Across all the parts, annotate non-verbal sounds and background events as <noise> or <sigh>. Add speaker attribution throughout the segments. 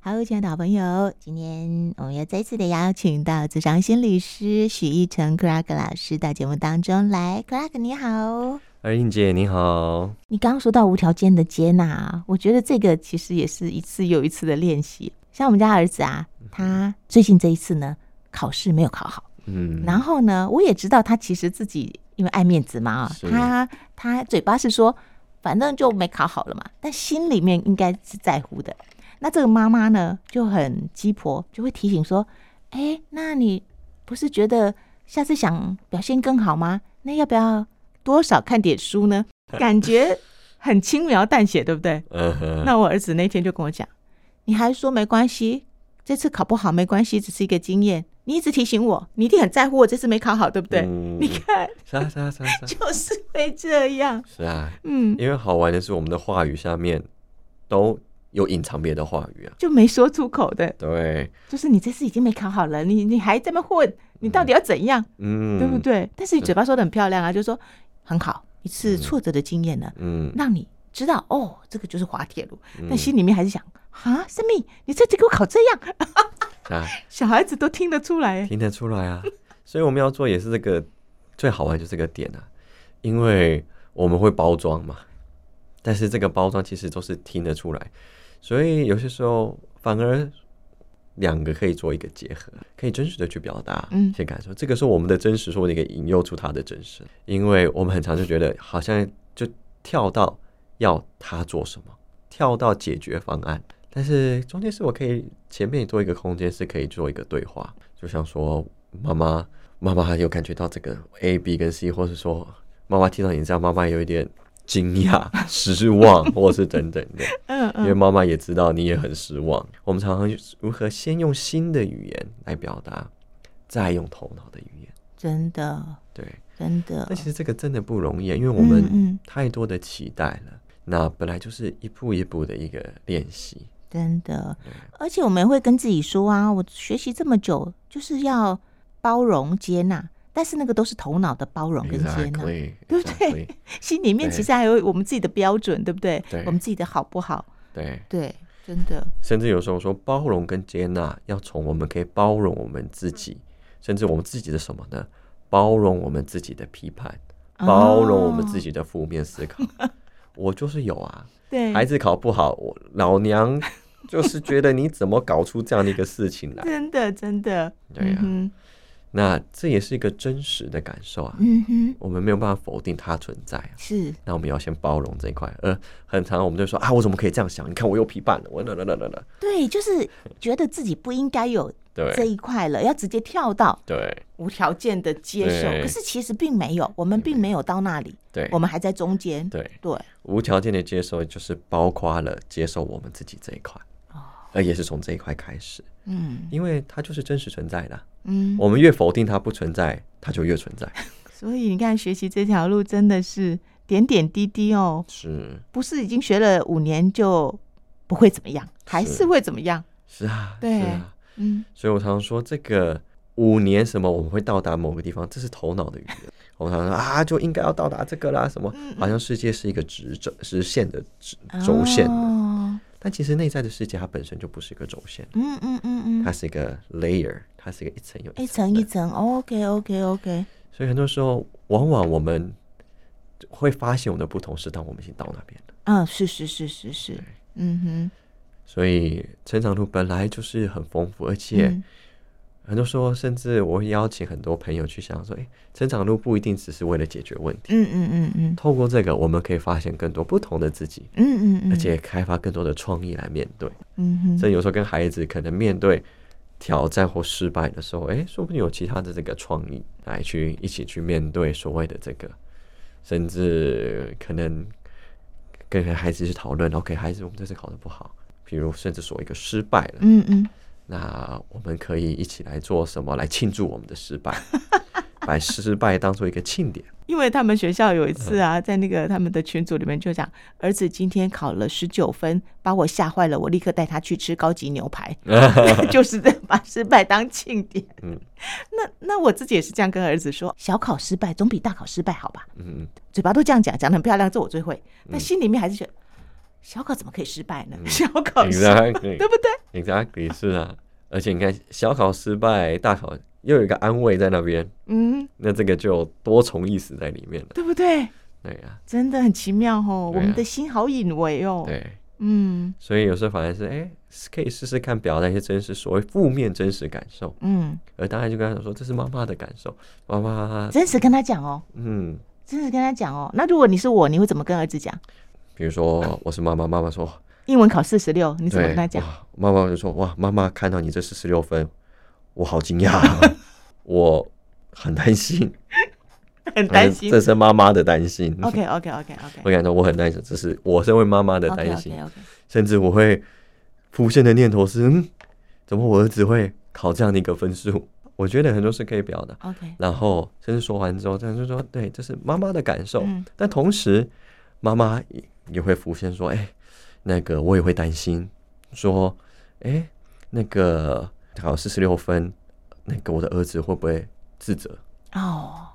Speaker 1: 好，亲爱的好朋友，今天我们要再次的邀请到智商心理师许一成 Craig 老师到节目当中来。Craig 你好，
Speaker 2: 二英哎姐你好，
Speaker 1: 你刚刚说到无条件的接纳，啊我觉得这个其实也是一次又一次的练习。像我们家儿子啊，他最近这一次呢，考试没有考好，
Speaker 2: 嗯，
Speaker 1: 然后呢，我也知道他其实自己因为爱面子嘛啊，
Speaker 2: 是
Speaker 1: 他他嘴巴是说反正就没考好了嘛，但心里面应该是在乎的。那这个妈妈呢就很鸡婆，就会提醒说：“哎，那你不是觉得下次想表现更好吗？那要不要多少看点书
Speaker 2: <laughs>
Speaker 1: 呢？”感觉很轻描淡写，对不对？
Speaker 2: 呃呵，
Speaker 1: 那我儿子那天就跟我讲，你还说没关系，这次考不好没关系，只是一个经验。你一直提醒我，你一定很在乎我这次没考好，对不对？
Speaker 2: 嗯
Speaker 1: 你看，
Speaker 2: 是啊是啊是啊
Speaker 1: <laughs>
Speaker 2: 是啊
Speaker 1: 就是会这样。
Speaker 2: 是啊，
Speaker 1: 嗯，
Speaker 2: 因为好玩的是我们的话语下面都有隐藏别的话语啊，
Speaker 1: 就没说出口的，
Speaker 2: 对，
Speaker 1: 就是你这次已经没考好了，你你还这么混，你到底要怎样，
Speaker 2: 嗯，
Speaker 1: 对不？对？但是你嘴巴说的很漂亮啊，就说很好，一次挫折的经验呢，
Speaker 2: 嗯，
Speaker 1: 让你知道哦，这个就是滑铁卢。
Speaker 2: 嗯
Speaker 1: 但心里面还是想啊，生命，你这次给我考这样，哎
Speaker 2: 啊，
Speaker 1: 小孩子都听得出来。
Speaker 2: 听得出来啊，所以我们要做也是这个最好玩就是这个点啊，因为我们会包装嘛，但是这个包装其实都是听得出来，所以有些时候反而两个可以做一个结合，可以真实的去表达，
Speaker 1: 嗯
Speaker 2: 去感受，这个是我们的真实，说的一个引诱出他的真实，因为我们很常就觉得好像就跳到要他做什么，跳到解决方案，但是中间是我可以前面多一个空间，是可以做一个对话，就像说妈妈，妈妈有感觉到这个 A、B 跟 C，或是说妈妈听到你这样，妈妈有一点惊讶、
Speaker 1: <laughs>
Speaker 2: 失望，或是等等的，
Speaker 1: 嗯
Speaker 2: 因为
Speaker 1: 嗯
Speaker 2: 妈妈也知道你也很失望。我们常常如何先用新的语言来表达，再用头脑的语言，
Speaker 1: 真的
Speaker 2: 对。
Speaker 1: 真的
Speaker 2: 那，其实这个真的不容易，啊因为我
Speaker 1: 嗯嗯
Speaker 2: 们太多的期待了。那本来就是一步一步的一个练习，
Speaker 1: 真的，而且我们也会跟自己说啊，我学习这么久，就是要包容接纳，但是那个都是头脑的包容跟接纳，
Speaker 2: Exactly，
Speaker 1: 对不对
Speaker 2: exactly，
Speaker 1: 心里面
Speaker 2: 对
Speaker 1: 其实还有我们自己的标准，对不对？
Speaker 2: 对
Speaker 1: 我们自己的好不好？
Speaker 2: 对，
Speaker 1: 对，真的，
Speaker 2: 甚至有时候说包容跟接纳，要从我们可以包容我们自己，甚至我们自己的什么呢？包容我们自己的批判，
Speaker 1: 哦
Speaker 2: 包容我们自
Speaker 1: 己，
Speaker 2: 己的负面
Speaker 1: <laughs>
Speaker 2: 思考。我就是有啊，
Speaker 1: 对，
Speaker 2: 孩子考不好，我老娘就是觉得你怎么搞出这样的一个事情来？
Speaker 1: 真的真的，
Speaker 2: 啊对啊
Speaker 1: 嗯
Speaker 2: 那这也是一个真实的感受啊
Speaker 1: 哼，，嗯哼，
Speaker 2: 我们没有办法否定它存在啊。
Speaker 1: 是
Speaker 2: 那我们要先包容这一块，呃，很常我们就说啊，我怎么可以这样想？你看我又批判了，我啦啦啦啦啦，
Speaker 1: 对，就是觉得自己不应该有这
Speaker 2: 对
Speaker 1: 一块了，要直接跳到
Speaker 2: 对
Speaker 1: 无条件的接受，
Speaker 2: 对
Speaker 1: 可是其实并没有，我们并没有到那里，
Speaker 2: 对
Speaker 1: 我们还在中间，
Speaker 2: 对，
Speaker 1: 对，
Speaker 2: 无条件的接受就是包括了接受我们自己这一块，而也是从这一块开始，
Speaker 1: 嗯
Speaker 2: 因为它就是真实存在的啊。
Speaker 1: 嗯，
Speaker 2: 我们越否定它不存在，它就越存在。
Speaker 1: 所以你看，学习这条路真的是点点滴滴哦，
Speaker 2: 是
Speaker 1: 不是已经学了五年就不会怎么样，还是会怎么样？
Speaker 2: 是啊，是
Speaker 1: 对
Speaker 2: 啊。
Speaker 1: 嗯，
Speaker 2: 所以我常常说，这个五年什么我们会到达某个地方，这是头脑的语言。我们常常说啊，就应该要到达这个啦，什么好像世界是一个直轴直线的直
Speaker 1: 啊
Speaker 2: 轴线的，
Speaker 1: 哦，
Speaker 2: 但其实内在的世界它本身就不是一个轴线，
Speaker 1: 嗯嗯嗯
Speaker 2: 它
Speaker 1: 嗯，
Speaker 2: 是一个 layer，它是一个一层又
Speaker 1: 一
Speaker 2: 一
Speaker 1: 层
Speaker 2: 层
Speaker 1: 一哦
Speaker 2: 的。
Speaker 1: 层，OK OK OK，
Speaker 2: 所以很多时候，往往我们会发现我们的不同是，当我们已经到那边了。
Speaker 1: 嗯，是是是是是，嗯
Speaker 2: 所以成长路本来就是很丰富，而
Speaker 1: 哼，
Speaker 2: 且、很多时候，甚至我会邀请很多朋友去想说，哎、成长路不一定只是为了解决问题。
Speaker 1: 嗯嗯嗯嗯
Speaker 2: 透过这个，我们可以发现更多不同的自己，
Speaker 1: 嗯嗯嗯，
Speaker 2: 而且开发更多的创意来面对。
Speaker 1: 嗯哼，
Speaker 2: 所以有时候跟孩子可能面对挑战或失败的时候，哎，说不定有其他的这个创意来去一起去面对所谓的这个，甚至可能跟孩子去讨论，OK，孩子，我们这次考得不好，比如甚至说一个失败了，
Speaker 1: 嗯嗯，
Speaker 2: 那我们可以一起来做什么来庆祝我们的失败，把失败当做一个庆典。
Speaker 1: 因为他们学校有一
Speaker 2: 嗯
Speaker 1: 次啊，在那个他们的群组里面就讲，儿子今天考了十九分，把我吓坏了，我立刻带他去吃高级牛排，
Speaker 2: <laughs>
Speaker 1: 就是在把失败当庆典。
Speaker 2: 嗯
Speaker 1: 那那我自己也是这样跟儿子说，小考失败总比大考失败好吧？
Speaker 2: 嗯，
Speaker 1: 嘴巴都这样讲，讲的很漂亮，这我最会，但心里面还是觉得。小考怎么可以失败呢？小考失败，
Speaker 2: 嗯 Exactly，
Speaker 1: 对不对？
Speaker 2: Exactly，是啊，而且你看，小考失败，大考又有一个安慰在那边，
Speaker 1: 嗯，
Speaker 2: 那这个就有多重意思在里面了。
Speaker 1: 对不对？
Speaker 2: 对啊呀、
Speaker 1: 真的很奇妙哦，
Speaker 2: 对啊
Speaker 1: 我们的心好隐微哦。
Speaker 2: 对，
Speaker 1: 嗯
Speaker 2: 所以有时候反而是哎、可以试试看表达一些真实，所谓负面真实感受。
Speaker 1: 嗯，
Speaker 2: 而大家就跟他讲说，这是妈妈的感受，妈妈，
Speaker 1: 真实跟他讲哦，
Speaker 2: 嗯，
Speaker 1: 真实跟他讲哦。那如果你是我，你会怎么跟儿子讲？
Speaker 2: 比如说我是妈妈，妈妈说，
Speaker 1: 英文考四十六，你怎么跟
Speaker 2: 对，
Speaker 1: 他讲？
Speaker 2: 哇妈妈就说，哇，妈妈看到你这四十六分，我好惊
Speaker 1: <laughs>
Speaker 2: 讶，啊我很担心，
Speaker 1: <laughs> 很担心
Speaker 2: 这。是妈妈的担心。
Speaker 1: OK OK OK OK
Speaker 2: 我。感到我很担心，这是我身为妈妈的担心
Speaker 1: OK OK，
Speaker 2: 甚至我会浮现的念头是，嗯，怎么我儿子会考这样的一个分数？我觉得很多是可以表达。
Speaker 1: OK，
Speaker 2: 然后，甚至说完之后，他就说：“对，这是妈妈的感受。
Speaker 1: 嗯
Speaker 2: 但同时，妈妈也也会浮现说：“哎，那个我也会担心，说，哎，那个考四十六分，那个我的儿子会不会自责？
Speaker 1: 哦，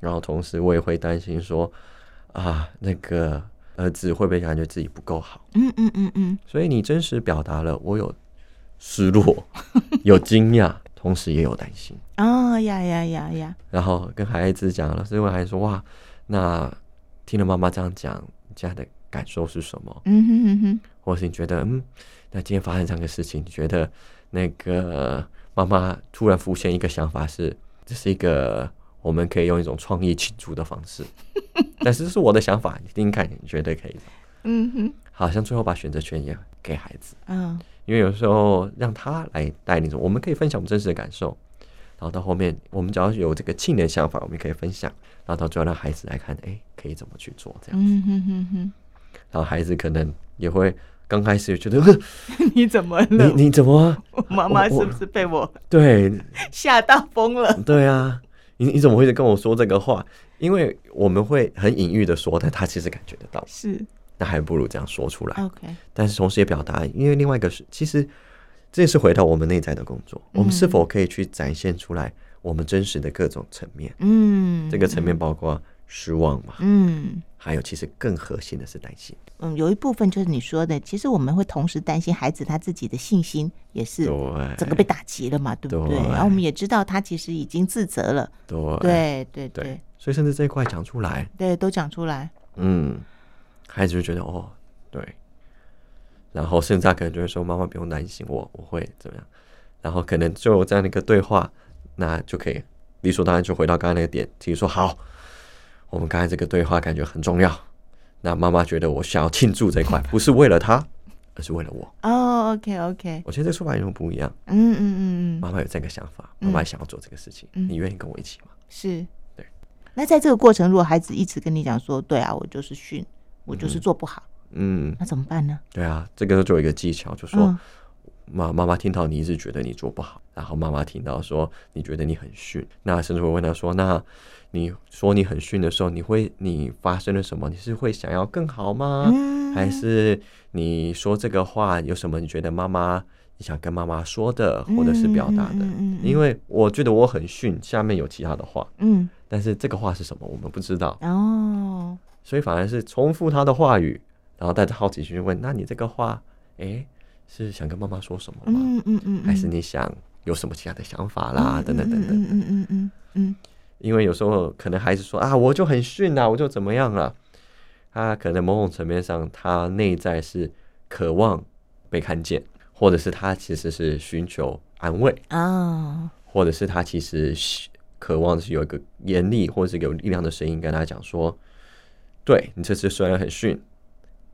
Speaker 2: 然后同时我也会担心说，啊，那个儿子会不会感觉自己不够好？
Speaker 1: 嗯嗯嗯嗯，
Speaker 2: 所以你真实表达了我有失落，有惊讶，同时也有担心。
Speaker 1: 哦呀呀呀呀，
Speaker 2: 然后跟孩子讲了，所以我还说哇，那听了妈妈这样讲，你现在的感受是什么？
Speaker 1: 嗯哼哼哼，
Speaker 2: 或是你觉得嗯，那今天发生这样的事情，你觉得那个妈妈突然浮现一个想法是，这是一个我们可以用一种创意庆祝的方式，但是这是我的想法，你听听看，你觉得可以吗？
Speaker 1: 嗯哼，
Speaker 2: 好像最后把选择权也给孩子，
Speaker 1: 嗯
Speaker 2: 因为有时候让他来带领着，我们可以分享我们真实的感受。然后到后面，我们只要有这个庆的想法，我们也可以分享。然后到最后让孩子来看，哎，可以怎么去做这样。
Speaker 1: 嗯哼哼
Speaker 2: 然后孩子可能也会刚开始觉得，呃
Speaker 1: 哼，你怎么了？
Speaker 2: 你你怎么
Speaker 1: 我妈妈
Speaker 2: 我
Speaker 1: 是不是被我
Speaker 2: 对
Speaker 1: 吓到疯了？
Speaker 2: 对啊，你你怎么会跟我说这个话？因为我们会很隐喻的说，但他其实感觉得到，
Speaker 1: 是
Speaker 2: 那还不如这样说出来。
Speaker 1: OK，
Speaker 2: 但是同时也表达，因为另外一个是，其实这也是回到我们内在的工作，
Speaker 1: 嗯
Speaker 2: 我们是否可以去展现出来我们真实的各种层面？
Speaker 1: 嗯，
Speaker 2: 这个层面包括失望嘛，
Speaker 1: 嗯。
Speaker 2: 还有其实更核心的是担心。
Speaker 1: 嗯，有一部分就是你说的，其实我们会同时担心孩子他自己的信心也是整嗯个被打击了嘛，对不对？
Speaker 2: 哎对
Speaker 1: 然后我们也知道他其实已经自责了，
Speaker 2: 对
Speaker 1: 对对
Speaker 2: 对
Speaker 1: 对
Speaker 2: 所以甚至这一块讲出来，
Speaker 1: 对，都讲出来，
Speaker 2: 嗯，孩子就觉得哦，对。然后甚至他可能就会说：“妈妈不用担心我，我会怎么样。”然后可能就有这样的一个对话，那就可以理所当然就回到刚才那个点，提出说：“好，我们刚才这个对话感觉很重要。那妈妈觉得我想要庆祝
Speaker 1: <laughs>
Speaker 2: 这一块，不是为了他，而是为了我。
Speaker 1: 哦，OK，OK、o k OK，
Speaker 2: 我觉得这个出发点不一样。
Speaker 1: 嗯嗯嗯嗯，
Speaker 2: 妈妈有这个想法，妈妈想要做这个事情，
Speaker 1: 嗯
Speaker 2: 你愿意跟我一起吗？
Speaker 1: 是，
Speaker 2: 对。
Speaker 1: 那在这个过程，如果孩子一直跟你讲说，对啊，我就是训，我就是做不好，
Speaker 2: 嗯，
Speaker 1: 那怎么办呢？
Speaker 2: 对啊，这个就有一个技巧，就说、
Speaker 1: 嗯
Speaker 2: 妈妈妈听到你一直觉得你做不好，然后妈妈听到说你觉得你很逊，那甚至会问她说：“那你说你很逊的时候，你会你发生了什么？你是会想要更好吗？
Speaker 1: 嗯
Speaker 2: 啊还是你说这个话有什么？你觉得妈妈你想跟妈妈说的，或者是表达的？
Speaker 1: 嗯嗯嗯嗯嗯
Speaker 2: 因为我觉得我很逊，下面有其他的话，
Speaker 1: 嗯，
Speaker 2: 但是这个话是什么我们不知道，
Speaker 1: 哦，
Speaker 2: 所以反而是重复她的话语，然后带着好奇心去问：那你这个话，诶，是想跟妈妈说什么吗？”
Speaker 1: 嗯嗯嗯，
Speaker 2: 还是你想有什么其他的想法啦，等等等等。
Speaker 1: 嗯嗯嗯嗯嗯
Speaker 2: 因为有时候可能孩子说啊，我就很逊啊，我就怎么样啊，他可能某种层面上，他内在是渴望被看见，或者是他其实是寻求安慰，
Speaker 1: 嗯，啊，
Speaker 2: 或者是他其实是渴望是有一个严厉或者是有力量的声音跟他讲说，对你这次虽然很逊，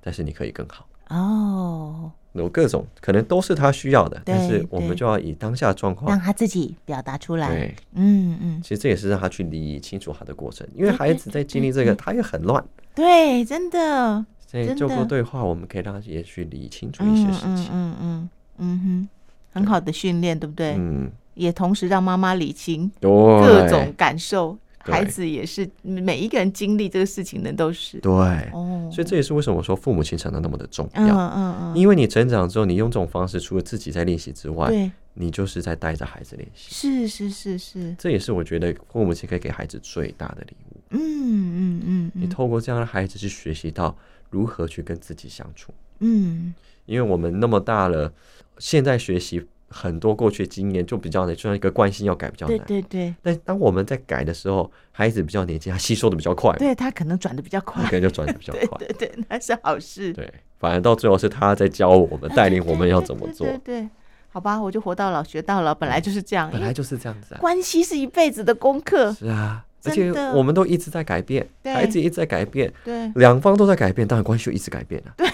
Speaker 2: 但是你可以更好。
Speaker 1: 哦，
Speaker 2: 有各种可能都是他需要的，但是
Speaker 1: 对
Speaker 2: 我们
Speaker 1: 对
Speaker 2: 就要以当下状
Speaker 1: 让
Speaker 2: 况，
Speaker 1: 他自己表达出来，
Speaker 2: 对，
Speaker 1: 嗯嗯，
Speaker 2: 其实这也是让他去理清楚他的过程，因为
Speaker 1: 对
Speaker 2: 孩子在经历这个，他也很乱，
Speaker 1: 对，真的，
Speaker 2: 所以
Speaker 1: 嗯真的
Speaker 2: 透过对话，我们可以让他也去理清楚一些
Speaker 1: 嗯
Speaker 2: 事
Speaker 1: 嗯
Speaker 2: 情。
Speaker 1: 嗯嗯嗯哼，很好的训练，对不对？
Speaker 2: 嗯，
Speaker 1: 也同时让妈妈理清
Speaker 2: 对，
Speaker 1: 各种感受，孩
Speaker 2: 对
Speaker 1: 子也是每一个人经历这个事情的都是，
Speaker 2: 对，
Speaker 1: 哦，
Speaker 2: 所以这也是为什么我说父母亲成长那么的重
Speaker 1: 嗯
Speaker 2: 要，
Speaker 1: 嗯嗯，
Speaker 2: 因为你成长之后，你用这种方式，除了自己在练习之外，
Speaker 1: 对，
Speaker 2: 你就是在带着孩子练习。
Speaker 1: 是是是是，
Speaker 2: 这也是我觉得父母亲可以给孩子最大的礼物。
Speaker 1: 嗯嗯嗯
Speaker 2: 你
Speaker 1: 嗯
Speaker 2: 透过这样的孩子去学习到如何去跟自己相处，
Speaker 1: 嗯
Speaker 2: 因为我们那么大了，现在学习很多过去的经验就比较难，就像一个惯性要改比
Speaker 1: 嗯，
Speaker 2: 较
Speaker 1: 对
Speaker 2: 难。
Speaker 1: 对对，
Speaker 2: 但当我们在改的时候，孩子比较年轻，他吸收的比较快嘛，
Speaker 1: 对他可能转的比较快
Speaker 2: 他，可能就转的比较
Speaker 1: <laughs> 对
Speaker 2: 快。
Speaker 1: 对对，那是好事。
Speaker 2: 对，反而到最后是他在教我们，
Speaker 1: 对
Speaker 2: 带领
Speaker 1: 对
Speaker 2: 我们
Speaker 1: 对
Speaker 2: 要
Speaker 1: 对
Speaker 2: 怎么
Speaker 1: 对
Speaker 2: 做嗯
Speaker 1: 对。对，好吧，我就活到老学到老，本来就是这样，
Speaker 2: 本
Speaker 1: 因
Speaker 2: 来
Speaker 1: 为
Speaker 2: 就是这样子啊，
Speaker 1: 关系是一辈子的功课。
Speaker 2: 是啊，而
Speaker 1: 真
Speaker 2: 且
Speaker 1: 的
Speaker 2: 我们都一直在改变，
Speaker 1: 对
Speaker 2: 孩子一直在改变，
Speaker 1: 对，
Speaker 2: 两方都在改变，当然关系就一直改变啊了、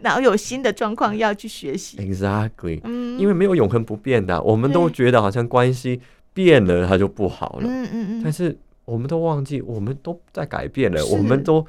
Speaker 1: 然后有新的状况要去学习。
Speaker 2: Exactly，
Speaker 1: 嗯，
Speaker 2: 哎因为没有永恒不变的啊、我们都
Speaker 1: 对
Speaker 2: 觉得好像关系变了它就不好了，
Speaker 1: 嗯嗯
Speaker 2: 但
Speaker 1: 嗯，
Speaker 2: 是我们都忘记，我们都在改变了，
Speaker 1: 是
Speaker 2: 我们都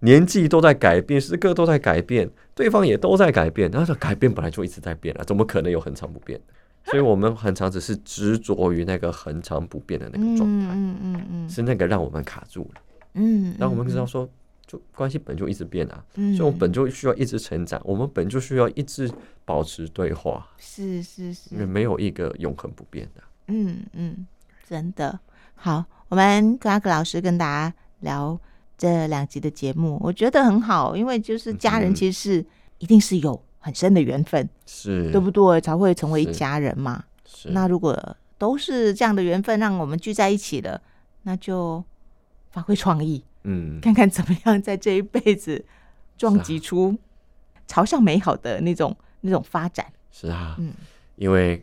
Speaker 2: 年纪都在改变，时刻都在改变，对方也都在改变，但是改变本来就一直在变啊了，怎么可能有恒常不
Speaker 1: <laughs>
Speaker 2: 变的？所以我们很常只是执着于那个恒常不变的那个状态，
Speaker 1: 嗯嗯嗯
Speaker 2: 是那个让我们卡住了，
Speaker 1: 嗯，
Speaker 2: 让我们知道说，就关系本就一直变啊，
Speaker 1: 嗯，
Speaker 2: 所以我们本就需要一直成长，我们本就需要一直保持对话，
Speaker 1: 是是是，
Speaker 2: 因为没有一个永恒不变的。
Speaker 1: 嗯嗯，真的好。我们格拉克老师跟大家聊这两集的节目，我觉得很好，因为就是家人
Speaker 2: 嗯
Speaker 1: 其实是、一定是有很深的缘分，
Speaker 2: 是，
Speaker 1: 对不对？才会成为一
Speaker 2: 是
Speaker 1: 家人嘛。
Speaker 2: 是，
Speaker 1: 那如果都是这样的缘分，让我们聚在一起了，那就发挥创意，
Speaker 2: 嗯，
Speaker 1: 看看怎么样在这一辈子撞
Speaker 2: 是啊
Speaker 1: 击出朝向美好的那种那种发展。
Speaker 2: 是啊，
Speaker 1: 嗯，
Speaker 2: 因为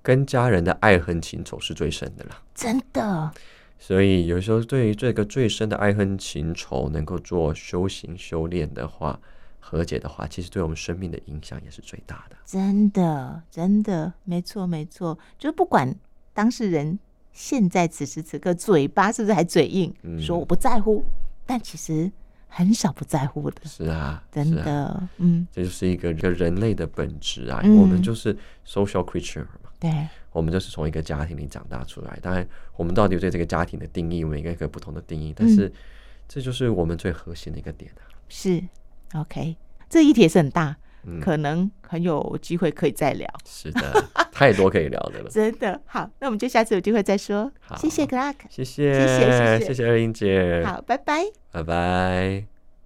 Speaker 2: 跟家人的爱恨情仇是最深的啦，
Speaker 1: 真的，
Speaker 2: 所以有时候对于这个最深的爱恨情仇，能够做修行修炼的话，和解的话，其实对我们生命的影响也是最大的。
Speaker 1: 真的，真的，没错，没错，就是不管当事人现在此时此刻嘴巴是不是还嘴硬，
Speaker 2: 嗯
Speaker 1: 说我不在乎，但其实很少不在乎的，
Speaker 2: 是啊，
Speaker 1: 真
Speaker 2: 是啊，
Speaker 1: 的，嗯，
Speaker 2: 这就是一个一个人类的本质啊，
Speaker 1: 嗯
Speaker 2: 我们就是 social creature 嘛。
Speaker 1: 对，
Speaker 2: 我们就是从一个家庭里长大出来，当然，我们到底对这个家庭的定义，每个人有不同的定义，但是
Speaker 1: 嗯
Speaker 2: 这就是我们最核心的一个点啊。
Speaker 1: 是，OK，这议题也是很大，
Speaker 2: 嗯，
Speaker 1: 可能很有机会可以再聊，
Speaker 2: 是的，太多可以聊的了。
Speaker 1: 真的。好，那我们就下次有机会再说。谢谢
Speaker 2: 好
Speaker 1: Clark，
Speaker 2: 谢谢，
Speaker 1: 谢谢谢谢
Speaker 2: 谢谢二英姐，
Speaker 1: 好，拜拜。
Speaker 2: 拜拜。